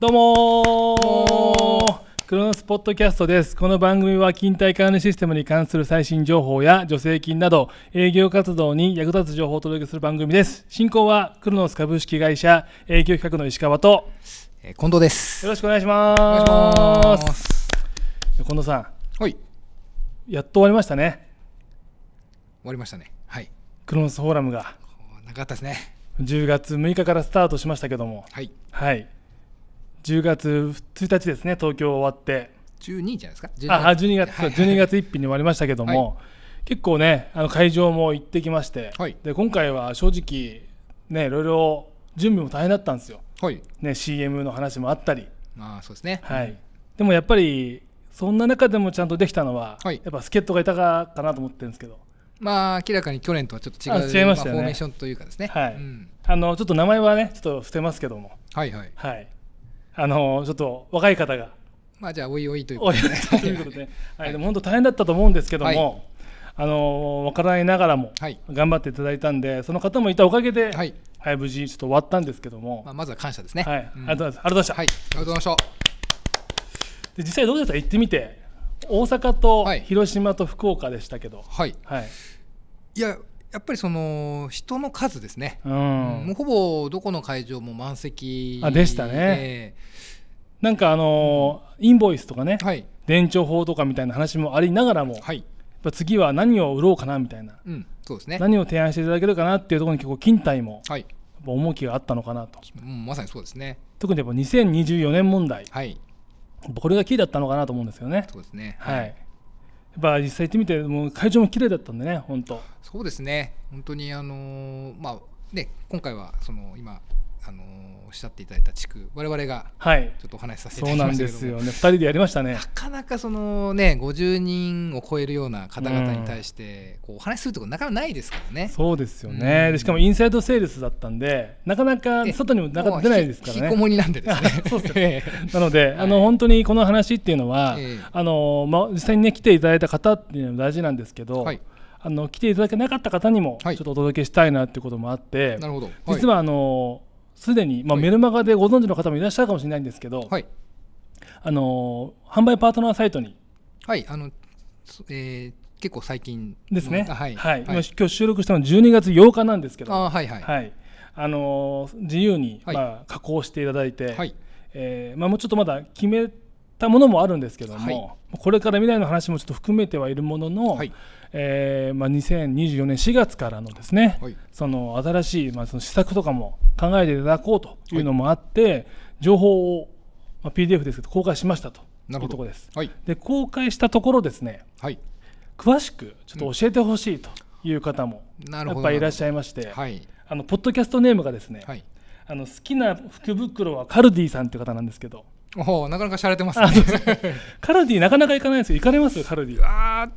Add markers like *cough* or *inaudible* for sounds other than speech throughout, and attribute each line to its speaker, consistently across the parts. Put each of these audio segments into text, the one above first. Speaker 1: どうもークロノスポッドキャストです。この番組は勤怠管理システムに関する最新情報や助成金など営業活動に役立つ情報をお届けする番組です。進行はクロノス株式会社営業企画の石川と
Speaker 2: えー近藤です。
Speaker 1: よろしくお願いします。
Speaker 2: お願いします。
Speaker 1: 近藤さ
Speaker 2: はい、終
Speaker 1: ん、やっと終わりましたね。
Speaker 2: わりましたね。はい。
Speaker 1: クロノスフォーラムが
Speaker 2: 長かったですね。
Speaker 1: 10月6日からスタートしましたけども、
Speaker 2: はい。
Speaker 1: はい。10月1日ですね、東京終わって。
Speaker 2: 十二じゃないですか。12
Speaker 1: ああ12月、
Speaker 2: はい
Speaker 1: そう12月1日に終わりましたけども、結構ねあの会場も行ってきまして、
Speaker 2: はい
Speaker 1: で今回は正直ねいろいろ準備も大変だったんですよ、
Speaker 2: はい。
Speaker 1: ね、CM の話もあったり、
Speaker 2: まあそうですね。
Speaker 1: はいでもやっぱりそんな中でもちゃんとできたのは、
Speaker 2: はい
Speaker 1: やっぱ助っ人がいたかかなと思ってるんですけど
Speaker 2: まあ明らかに去年とはちょっと違
Speaker 1: あ
Speaker 2: う
Speaker 1: 違いましたよね
Speaker 2: あフォーメーションというかですね。
Speaker 1: はい
Speaker 2: うん
Speaker 1: あのちょっと名前はねちょっと伏せますけども
Speaker 2: はいはい。
Speaker 1: はいあのちょっと若い方が
Speaker 2: まあじゃあおいおいというこ
Speaker 1: お
Speaker 2: とで。
Speaker 1: という
Speaker 2: *laughs*
Speaker 1: ことで、はい、でも本当大変だったと思うんですけども、
Speaker 2: はい
Speaker 1: あの分からないながらも
Speaker 2: はい
Speaker 1: 頑張っていただいたんで、その方もいたおかげで、は
Speaker 2: はいい
Speaker 1: 無事ちょっと終わったんですけども、
Speaker 2: まあまずは感謝ですね。
Speaker 1: はい、
Speaker 2: うん
Speaker 1: ありがとうございます。ありがとうございました。
Speaker 2: はい。ありがとうございまし
Speaker 1: で実際どうでした行ってみて、大阪と
Speaker 2: はい
Speaker 1: 広島と福岡でしたけど、
Speaker 2: た。はい。
Speaker 1: はい、
Speaker 2: いややっぱりその人の数ですね。
Speaker 1: う、
Speaker 2: もうんほぼどこの会場も満席
Speaker 1: あでしたね
Speaker 2: え
Speaker 1: なんかあのーインボイスとかね
Speaker 2: え、はい
Speaker 1: 伝聴法とかみたいな話もありながらも、やっ
Speaker 2: はい
Speaker 1: ぱ次は何を売ろうかなみたいな、
Speaker 2: うんそうですね
Speaker 1: 何を提案していただけるかなっていうところに結構勤怠も
Speaker 2: はい
Speaker 1: やっぱ重きがあったのかなと。
Speaker 2: うんまさにそうですね
Speaker 1: 特にやっぱ2024年問題、
Speaker 2: はい
Speaker 1: これがキーだったのかなと思うんですよね。
Speaker 2: そうですね
Speaker 1: はい、やっぱ実際行ってみて、もう会場も綺麗だったんでね、本当、
Speaker 2: そうですね、本当にあのーまあね今回はその今あのーおっしゃっていただいた地区我々が
Speaker 1: はい、
Speaker 2: ちょっとお話しさせてい
Speaker 1: そう
Speaker 2: ただ
Speaker 1: な
Speaker 2: きま
Speaker 1: んで
Speaker 2: したけど
Speaker 1: す
Speaker 2: も、
Speaker 1: よね、2人でやりましたね
Speaker 2: な、かなかそのね50人を超えるような方々に対してこうお話しするってことなかなかないですからね。
Speaker 1: そうですよね、
Speaker 2: うん
Speaker 1: でしかもインサイドセールスだったんで、なかなか
Speaker 2: ね
Speaker 1: 外にもなか
Speaker 2: もう
Speaker 1: 出ないですか
Speaker 2: 引
Speaker 1: ら
Speaker 2: きこ
Speaker 1: ね。
Speaker 2: もりなんでで
Speaker 1: *laughs*
Speaker 2: すね。
Speaker 1: そうです
Speaker 2: *laughs* え
Speaker 1: なので、
Speaker 2: い
Speaker 1: あの本当にこの話っていうのは、
Speaker 2: ええ
Speaker 1: あのまあ、実際に、ね、来ていただいた方っていうのも大事なんですけど、
Speaker 2: はい
Speaker 1: あの来ていただけなかった方にもちょ
Speaker 2: は
Speaker 1: っ
Speaker 2: い
Speaker 1: とお届けしたいなっていうこともあって、
Speaker 2: えなるほど。
Speaker 1: 実はあのすでに、まあ、
Speaker 2: はい
Speaker 1: メルマガでご存知の方もいらっしゃるかもしれないんですけど、
Speaker 2: はい
Speaker 1: あの販売パートナーサイトに
Speaker 2: はいあの、そえー結構最近の
Speaker 1: ですね、
Speaker 2: あはい
Speaker 1: 今今日収録したの12月8日なんですけど、
Speaker 2: あはいはい
Speaker 1: はいあの自由に、
Speaker 2: はい
Speaker 1: まあ、加工していただいて、
Speaker 2: はい
Speaker 1: えーまあ、もうちょっとまだ決めたものもあるんですけども、
Speaker 2: はい
Speaker 1: これから未来の話もちょっと含めてはいるものの、
Speaker 2: はい
Speaker 1: えーまあ、2024年4月からのですね、
Speaker 2: はい
Speaker 1: その新しい、まあ、その施策とかも考えていただこうというのもあって、情報を、まあ、PDF ですけど公開しましたとい
Speaker 2: なる
Speaker 1: う
Speaker 2: ほ
Speaker 1: と
Speaker 2: ど
Speaker 1: ころです。
Speaker 2: はい
Speaker 1: で公開したところですね
Speaker 2: はい
Speaker 1: 詳しくちょっと教えてほしいという方も
Speaker 2: な
Speaker 1: や
Speaker 2: るほ
Speaker 1: っ
Speaker 2: ど
Speaker 1: ぱりいらっしゃいまして、
Speaker 2: はい
Speaker 1: あのポッドキャストネームがですね、
Speaker 2: はい。
Speaker 1: あの好きな福袋はカルディさんという方なんですけど、
Speaker 2: おおなかなか洒落てます
Speaker 1: あそうそう
Speaker 2: ね。
Speaker 1: カルディなかなか行かないんですよ行かれますカルディ
Speaker 2: *laughs* あ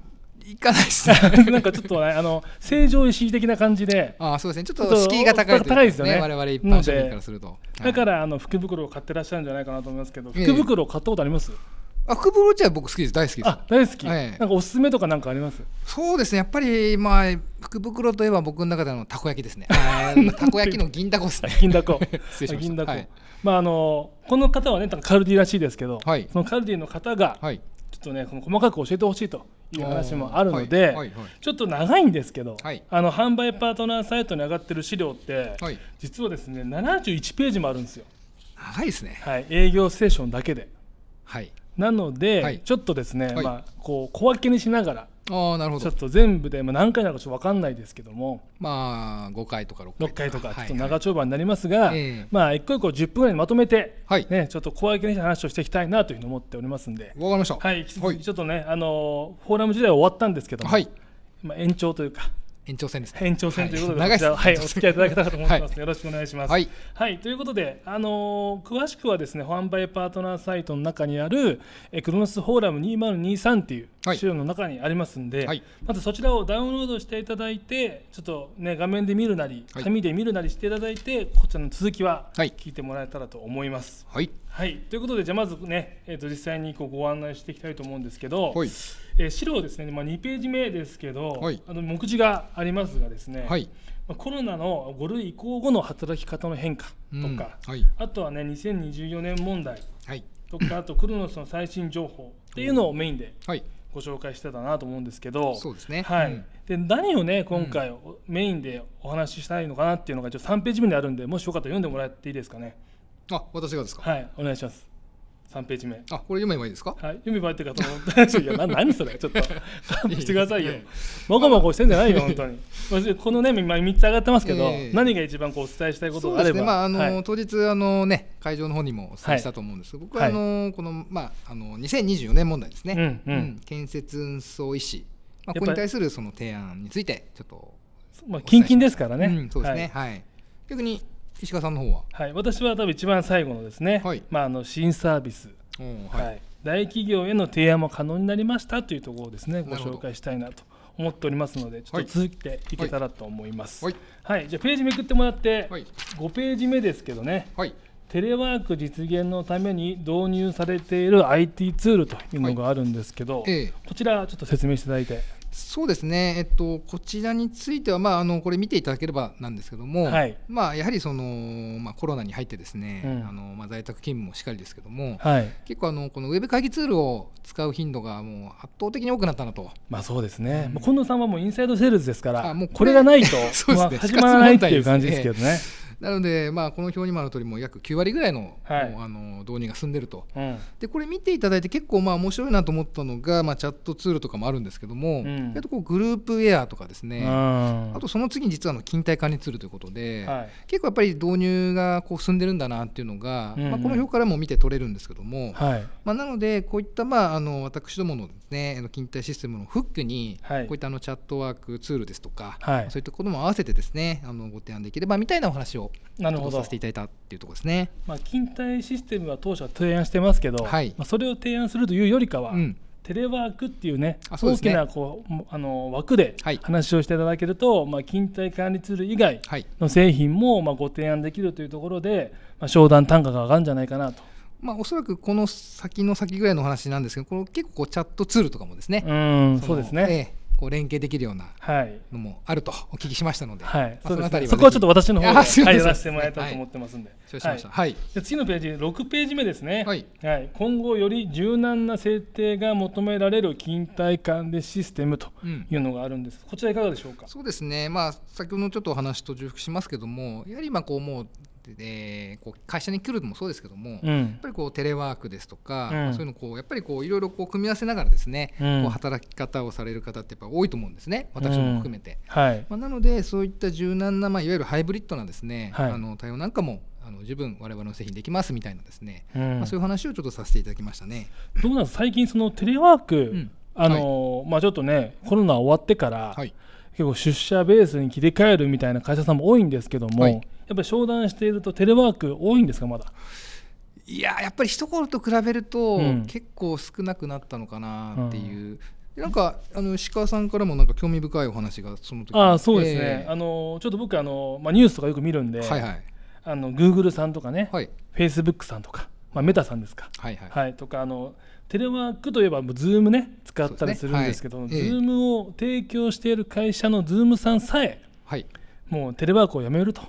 Speaker 2: ー行かないですね。
Speaker 1: *laughs* なんかちょっとねあの成城石井的な感じで
Speaker 2: あーそうですね。ち
Speaker 1: ちょっ
Speaker 2: ょっ
Speaker 1: と
Speaker 2: と敷居が高いとうか
Speaker 1: 高いですよね
Speaker 2: 我々一
Speaker 1: なの
Speaker 2: 般
Speaker 1: で
Speaker 2: 庶民からすると。
Speaker 1: だか
Speaker 2: はい
Speaker 1: らあの福袋を買ってらっしゃるんじゃないかなと思いますけど
Speaker 2: ええ
Speaker 1: 福袋を買ったことあります、
Speaker 2: あ福袋茶は僕好きです大好きです。
Speaker 1: あ大好き、
Speaker 2: ええ
Speaker 1: なんかおすすめとかなんかあります。
Speaker 2: そうですねやっぱりまあ福袋といえば僕の中でのたこ焼きですね。あーたこ焼きの銀だこですね
Speaker 1: 銀だこ
Speaker 2: *laughs* 失礼しました
Speaker 1: 銀だこ、
Speaker 2: はい
Speaker 1: まああのこの方はねなんかカルディらしいですけど、
Speaker 2: はい
Speaker 1: そのカルディの方が
Speaker 2: はい。
Speaker 1: ちょっとねこの細かく教えてほしいという話もあるの
Speaker 2: は
Speaker 1: で、
Speaker 2: いはいはい
Speaker 1: ちょっと長いんですけど、
Speaker 2: はい
Speaker 1: あの販売パートナーサイトに上がってる資料って、
Speaker 2: はい
Speaker 1: 実はですね71ページもあるんですよ、
Speaker 2: 長いですね。
Speaker 1: はい、営業ステーションだけで
Speaker 2: はい。
Speaker 1: なので、
Speaker 2: はい
Speaker 1: ちょっとですね、
Speaker 2: はい
Speaker 1: まあ、こう小分けにしながら
Speaker 2: ああなるほ
Speaker 1: ちょ
Speaker 2: ど
Speaker 1: っ。と全部で、まあ、何回なのかちょっと分かんないですけども
Speaker 2: まあ5回とか6
Speaker 1: 6回
Speaker 2: 回
Speaker 1: とかちょっと
Speaker 2: はい
Speaker 1: 長丁場になりますが、
Speaker 2: ええ
Speaker 1: まあ一個一個10分ぐらいにまとめて、
Speaker 2: はい
Speaker 1: ね、ちょっと小分けにした話をしていきたいなというふうに思っておりますんで、
Speaker 2: わかりました。
Speaker 1: はい、引き
Speaker 2: は
Speaker 1: 続
Speaker 2: い
Speaker 1: きちょっとね、あのーフォーラム時代は終わったんですけども、
Speaker 2: はい
Speaker 1: まあ、延長というか
Speaker 2: 延長戦ですね。
Speaker 1: 延長戦ということで、
Speaker 2: は
Speaker 1: こ
Speaker 2: い
Speaker 1: ちらはい、お
Speaker 2: 長いですね
Speaker 1: 付き合いいただけたらと思います、
Speaker 2: はい
Speaker 1: よろしくお願いします。
Speaker 2: はい
Speaker 1: ということで、あのー詳しくはですね、販売パートナーサイトの中にある、えークロノスフォーラム2023っていう
Speaker 2: はい
Speaker 1: 資料の中にありますんで、
Speaker 2: はい
Speaker 1: まずそちらをダウンロードしていただいて、ちょっとね、画面で見るなり、
Speaker 2: はい
Speaker 1: 紙で見るなりしていただいて、こちらの続きは
Speaker 2: はい
Speaker 1: 聞いてもらえたらと思います。
Speaker 2: はい。
Speaker 1: はい、ということでじゃあまずね、えー、と実際にこうご案内していきたいと思うんですけど、
Speaker 2: はい
Speaker 1: えー資料ですね、まあ、2ページ目ですけど、
Speaker 2: はい
Speaker 1: あの目次がありますがですね、
Speaker 2: はい
Speaker 1: まあ、コロナの5類移行後の働き方の変化
Speaker 2: うん
Speaker 1: とか、
Speaker 2: はい
Speaker 1: あとはね2024年問題
Speaker 2: はい
Speaker 1: とかあとクロノスの最新情報っていうのをメインで
Speaker 2: はい
Speaker 1: ご紹介してたなと思うんですけど。
Speaker 2: そうですね
Speaker 1: はい
Speaker 2: うん
Speaker 1: で何をね今回おメインでお話ししたいのかなっていうのがちょっと3ページ目にあるんでもしよかったら読んでもらっていいですかね
Speaker 2: あ私がですか
Speaker 1: はいお願いします3ページ目
Speaker 2: あこれ読めばいいですか
Speaker 1: はい、読みばってかと思ったら *laughs* しいよ。な何それちょっと勘弁してくださいよ
Speaker 2: いえいえ。
Speaker 1: もこもこしてんじゃないよ、本当に。まあこのね、今3つ上がってますけど、
Speaker 2: ええ
Speaker 1: 何が一番こうお伝えしたいこと
Speaker 2: そう
Speaker 1: があ
Speaker 2: で
Speaker 1: れ
Speaker 2: す
Speaker 1: ば。
Speaker 2: ね、まああの
Speaker 1: はい
Speaker 2: 当日あの、ね、会場の方にもお伝えしたと思うんですが、僕は
Speaker 1: は
Speaker 2: あ
Speaker 1: い
Speaker 2: の、この,、まあ、あの2024年問題ですね、
Speaker 1: うんうん
Speaker 2: 建設運送医師、
Speaker 1: や
Speaker 2: まあ、
Speaker 1: っぱり
Speaker 2: これに対するその提案について、ちょっと、
Speaker 1: まあ、キンキンですからね。
Speaker 2: うんそうですね、はい逆に石川さんの方は、
Speaker 1: はい。はい、私は多分一番最後のですね、
Speaker 2: はい
Speaker 1: まあ、あの新サービス、
Speaker 2: おー
Speaker 1: はい
Speaker 2: はい
Speaker 1: 大企業への提案も可能になりましたというところをですね、ご
Speaker 2: なるほど
Speaker 1: 紹介したいなと思っておりますので、ちょっと続けていけたらと思います。
Speaker 2: はい
Speaker 1: はい、じゃあページめくってもらって、
Speaker 2: はい
Speaker 1: 5ページ目ですけどね、
Speaker 2: はい
Speaker 1: テレワーク実現のために導入されている IT ツールというのがあるんですけど、
Speaker 2: ええ
Speaker 1: こちらちょっと説明していただいて、
Speaker 2: そうですね、えっと、こちらについては、まあ、あのこれ見ていただければなんですけども、
Speaker 1: はい
Speaker 2: まあ、やはりその、まあ、コロナに入ってですね、
Speaker 1: うん
Speaker 2: あのまあ、在宅勤務もしっかりですけども、
Speaker 1: はい、
Speaker 2: 結構あのこのウェブ会議ツールを使う頻度がもう圧倒的に多くなったなと。
Speaker 1: まあそうですね、
Speaker 2: うん
Speaker 1: もう近藤さんはもうインサイドセールスですから、
Speaker 2: あもう
Speaker 1: こ
Speaker 2: こ
Speaker 1: れ
Speaker 2: れ
Speaker 1: がないと、
Speaker 2: そうですね
Speaker 1: まあ始まらないっていう感じですけどね。
Speaker 2: なので、まあ、この表にもある通りもう約9割ぐらいの,、
Speaker 1: はい
Speaker 2: もうあの導入が進んでると。
Speaker 1: うん
Speaker 2: でこれ見ていただいて結構まあ面白いなと思ったのが、まあ、チャットツールとかもあるんですけども、
Speaker 1: うん
Speaker 2: あとこうグループウェアとかです
Speaker 1: う
Speaker 2: ね、
Speaker 1: ん
Speaker 2: あとその次に実はあの勤怠管理ツールということで、
Speaker 1: はい
Speaker 2: 結構やっぱり導入がこう進んでるんだなっていうのが、
Speaker 1: うんうん
Speaker 2: まあ、この表からも見て取れるんですけども、
Speaker 1: はい
Speaker 2: まあ、なので、こういった、まあ、あの私どものです、ね、あの勤怠システムのフックに、
Speaker 1: はい
Speaker 2: こういったあのチャットワークツールですとか、
Speaker 1: はい
Speaker 2: そういったことも合わせてですねあのご提案できればみたいなお話を
Speaker 1: なるほ
Speaker 2: ちょっと
Speaker 1: ど
Speaker 2: させていただいたっていうところですね。
Speaker 1: まあ、勤怠システムは当初は提案してますけど、
Speaker 2: はい
Speaker 1: まあ、それを提案するというよりかは、
Speaker 2: うん
Speaker 1: テレワークっていうね
Speaker 2: あそう
Speaker 1: 大
Speaker 2: です
Speaker 1: き
Speaker 2: ね
Speaker 1: なこうもあの枠で
Speaker 2: はい
Speaker 1: 話をしていただけると、まあ、勤怠管理ツール以外
Speaker 2: はい
Speaker 1: の製品もまあご提案できるというところで、まあ、商談単価が上がるんじゃないかなと。
Speaker 2: まあ、おそらくこの先の先ぐらいのお話なんですけどこの結構こうチャットツールとかもですね,
Speaker 1: う
Speaker 2: の、
Speaker 1: んそうですね、
Speaker 2: ええこう連携できるような
Speaker 1: はい
Speaker 2: のもあるとお聞きしましたので、
Speaker 1: はい
Speaker 2: まあ
Speaker 1: そう
Speaker 2: の
Speaker 1: です
Speaker 2: あた
Speaker 1: ね
Speaker 2: り
Speaker 1: そこはちょっと私の方で、は
Speaker 2: *laughs* あすいま
Speaker 1: い、
Speaker 2: せん
Speaker 1: やらせてもらえたらと思ってますんで。
Speaker 2: 承知しました
Speaker 1: はい
Speaker 2: はい、
Speaker 1: じゃあ次のページ6ページ目ですね、
Speaker 2: はい
Speaker 1: 今後より柔軟な設定が求められる勤怠管理システムと
Speaker 2: うん
Speaker 1: いうのがあるんですこちらいかがでしょうか
Speaker 2: そうですね、まあ、先ほどのちょっとお話と重複しますけども、やはり今こうもう、えーこう会社に来るのもそうですけども、やっ
Speaker 1: ん
Speaker 2: ぱりこうテレワークですとか、
Speaker 1: うん
Speaker 2: そういうのこうやっぱりこういろいろこう組み合わせながらですね、
Speaker 1: うん
Speaker 2: こう働き方をされる方ってやっぱ多いと思うんですね、私も含めて。
Speaker 1: はい
Speaker 2: まあ、なので、そういった柔軟な、まあ、いわゆるハイブリッドなですね、
Speaker 1: はい
Speaker 2: あの対応なんかもあの十分我々の製品できますみたいなですね、
Speaker 1: うん
Speaker 2: まあ、そういう話をちょっとさせていただきましたね。
Speaker 1: どうなんですか最近そのテレワーク、
Speaker 2: ん
Speaker 1: あのまあ、ちょっとねコロナ終わってから、
Speaker 2: はい
Speaker 1: 結構出社ベースに切り替えるみたいな会社さんも多いんですけども、
Speaker 2: はい
Speaker 1: やっぱり商談しているとテレワーク多いんですかまだ
Speaker 2: いやーやっぱり一頃と比べると、
Speaker 1: うん
Speaker 2: 結構少なくなったのかなっていう、でなんかあの石川さんからもなんか興味深いお話がその時
Speaker 1: ああそうですね、
Speaker 2: えー
Speaker 1: あのちょっと僕あの、まあ、ニュースとかよく見るんで、
Speaker 2: はいはい
Speaker 1: あの Google さんとかね、
Speaker 2: はい
Speaker 1: Facebook さんとか、まあ、メタさんですか、
Speaker 2: はいはい、
Speaker 1: はい、とかあのテレワークといえばもう Zoom ね使ったりするんですけど
Speaker 2: そうですねはい
Speaker 1: Zoom を提供している会社の Zoom さんさえ
Speaker 2: はい
Speaker 1: もうテレワークをやめると。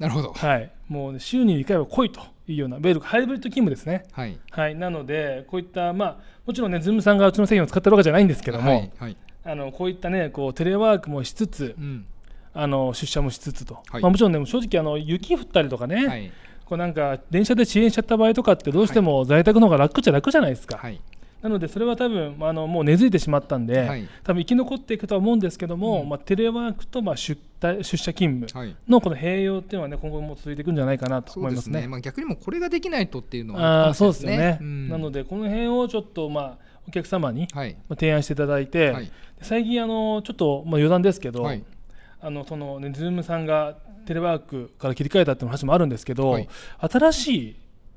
Speaker 2: なるほどはい、
Speaker 1: はい、もう週に2回は来いというような、いわゆるハイブリッド勤務ですね。
Speaker 2: はい、
Speaker 1: はい、なので、こういった、まあ、もちろんね、ズームさんがうちの製品を使ってるわけじゃないんですけども、
Speaker 2: はいはい
Speaker 1: あのこういったね、こうテレワークもしつつ
Speaker 2: う、ん
Speaker 1: あの出社もしつつと、
Speaker 2: はい
Speaker 1: まあ、もちろんね、正直あの、雪降ったりとかね、
Speaker 2: はい
Speaker 1: こうなんか電車で遅延しちゃった場合とかって、どうしても在宅の方が楽っちゃ楽じゃないですか。
Speaker 2: はい
Speaker 1: なので、それは多分まああのもう根付いてしまったんで、
Speaker 2: はい
Speaker 1: 多分生き残っていくとは思うんですけども、
Speaker 2: うん
Speaker 1: まあ、テレワークとまあ出退出社勤務
Speaker 2: はい
Speaker 1: のこの併用っていうのはね、今後も続いていくんじゃないかなと
Speaker 2: そ
Speaker 1: 思い
Speaker 2: うで
Speaker 1: ますす
Speaker 2: ね
Speaker 1: ね。
Speaker 2: まあ、逆にもうこれができないとっていうのは
Speaker 1: あ
Speaker 2: あ
Speaker 1: あーそうですよね、なの
Speaker 2: で、
Speaker 1: でこの辺をちょっとまあお客様に
Speaker 2: うんはい
Speaker 1: まあ提案していただいて、
Speaker 2: はい
Speaker 1: 最近あのちょっとまあ余談ですけど、
Speaker 2: はい
Speaker 1: あのそのねズームさんがテレワークから切り替えたっていう話もあるんですけど、
Speaker 2: はい
Speaker 1: 新しい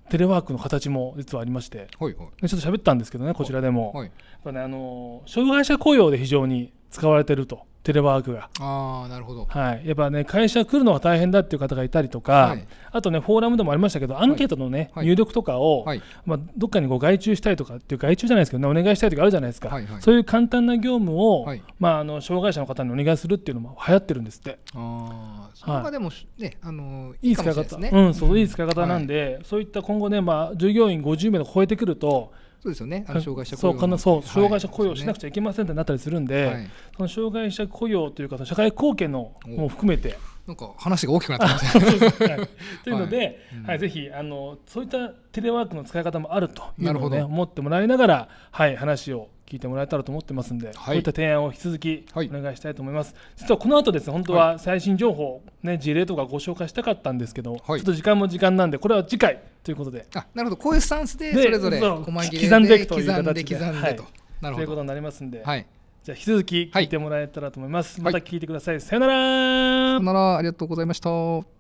Speaker 1: テレワークの形も実はありまして
Speaker 2: はいはい
Speaker 1: ちょっと喋ったんですけどねこちらでも、
Speaker 2: はい
Speaker 1: やっぱねあの障害者雇用で非常に使われてるとテレワークが。
Speaker 2: ああなるほど
Speaker 1: はい、やっぱね会社来るのが大変だっていう方がいたりとか、
Speaker 2: はい
Speaker 1: あとねフォーラムでもありましたけどアンケートのね、
Speaker 2: はい
Speaker 1: 入力とかを、
Speaker 2: はい
Speaker 1: まあ、どっかにご外注したいとかっていう外注じゃないですけどねお願いしたいとかあるじゃないですか、
Speaker 2: はいはい
Speaker 1: そういう簡単な業務を、
Speaker 2: はい
Speaker 1: まあ、あの障害者の方にお願いするっていうのも流行ってるんですって
Speaker 2: ああそこがでもねあの
Speaker 1: い
Speaker 2: い
Speaker 1: い
Speaker 2: い
Speaker 1: 使
Speaker 2: か
Speaker 1: い
Speaker 2: もし
Speaker 1: 方
Speaker 2: れないですね
Speaker 1: うん、そういい使い方なんで、そういった今後ね、まあ、従業員50名を超えてくると
Speaker 2: そうですよねあの障害者
Speaker 1: そ
Speaker 2: 雇
Speaker 1: う
Speaker 2: 用
Speaker 1: かな
Speaker 2: の
Speaker 1: そう
Speaker 2: はい
Speaker 1: 障害者雇用をしなく
Speaker 2: そ
Speaker 1: ちゃいけませんってなったりするん
Speaker 2: う
Speaker 1: で、
Speaker 2: ですねはい
Speaker 1: その障害者雇用というかその社会貢献の
Speaker 2: お
Speaker 1: も含めて
Speaker 2: なんか話が大きくなってますね
Speaker 1: *laughs* はいというので、はい
Speaker 2: うん
Speaker 1: ぜひあのそういったテレワークの使い方もあるという
Speaker 2: な
Speaker 1: の
Speaker 2: る
Speaker 1: を、
Speaker 2: ほ
Speaker 1: ね、
Speaker 2: ど
Speaker 1: 思ってもらいながら、はい、話を聞いてもらえたらと思ってますんで、こういった提案を引き続きお
Speaker 2: はい
Speaker 1: 願いしたいと思います、実はこの後ですね本当は最新情報、ね、事例とかご紹介したかったんですけど、
Speaker 2: はい
Speaker 1: ちょっと時間も時間なんでこれは次回ということで
Speaker 2: あなるほどこういうスタンスで
Speaker 1: で
Speaker 2: それぞれ
Speaker 1: そう
Speaker 2: 細切
Speaker 1: 刻んでい
Speaker 2: れ
Speaker 1: く
Speaker 2: で
Speaker 1: と
Speaker 2: 刻
Speaker 1: いうん形
Speaker 2: で
Speaker 1: で
Speaker 2: 刻ん
Speaker 1: は
Speaker 2: で
Speaker 1: い
Speaker 2: となる
Speaker 1: ということ
Speaker 2: ほど
Speaker 1: になりますんで、
Speaker 2: はい
Speaker 1: じゃあ引き続き聞いてもらえたらと思います、
Speaker 2: は
Speaker 1: ま
Speaker 2: い
Speaker 1: た聞いてください、さよなら
Speaker 2: さよならありがとうございました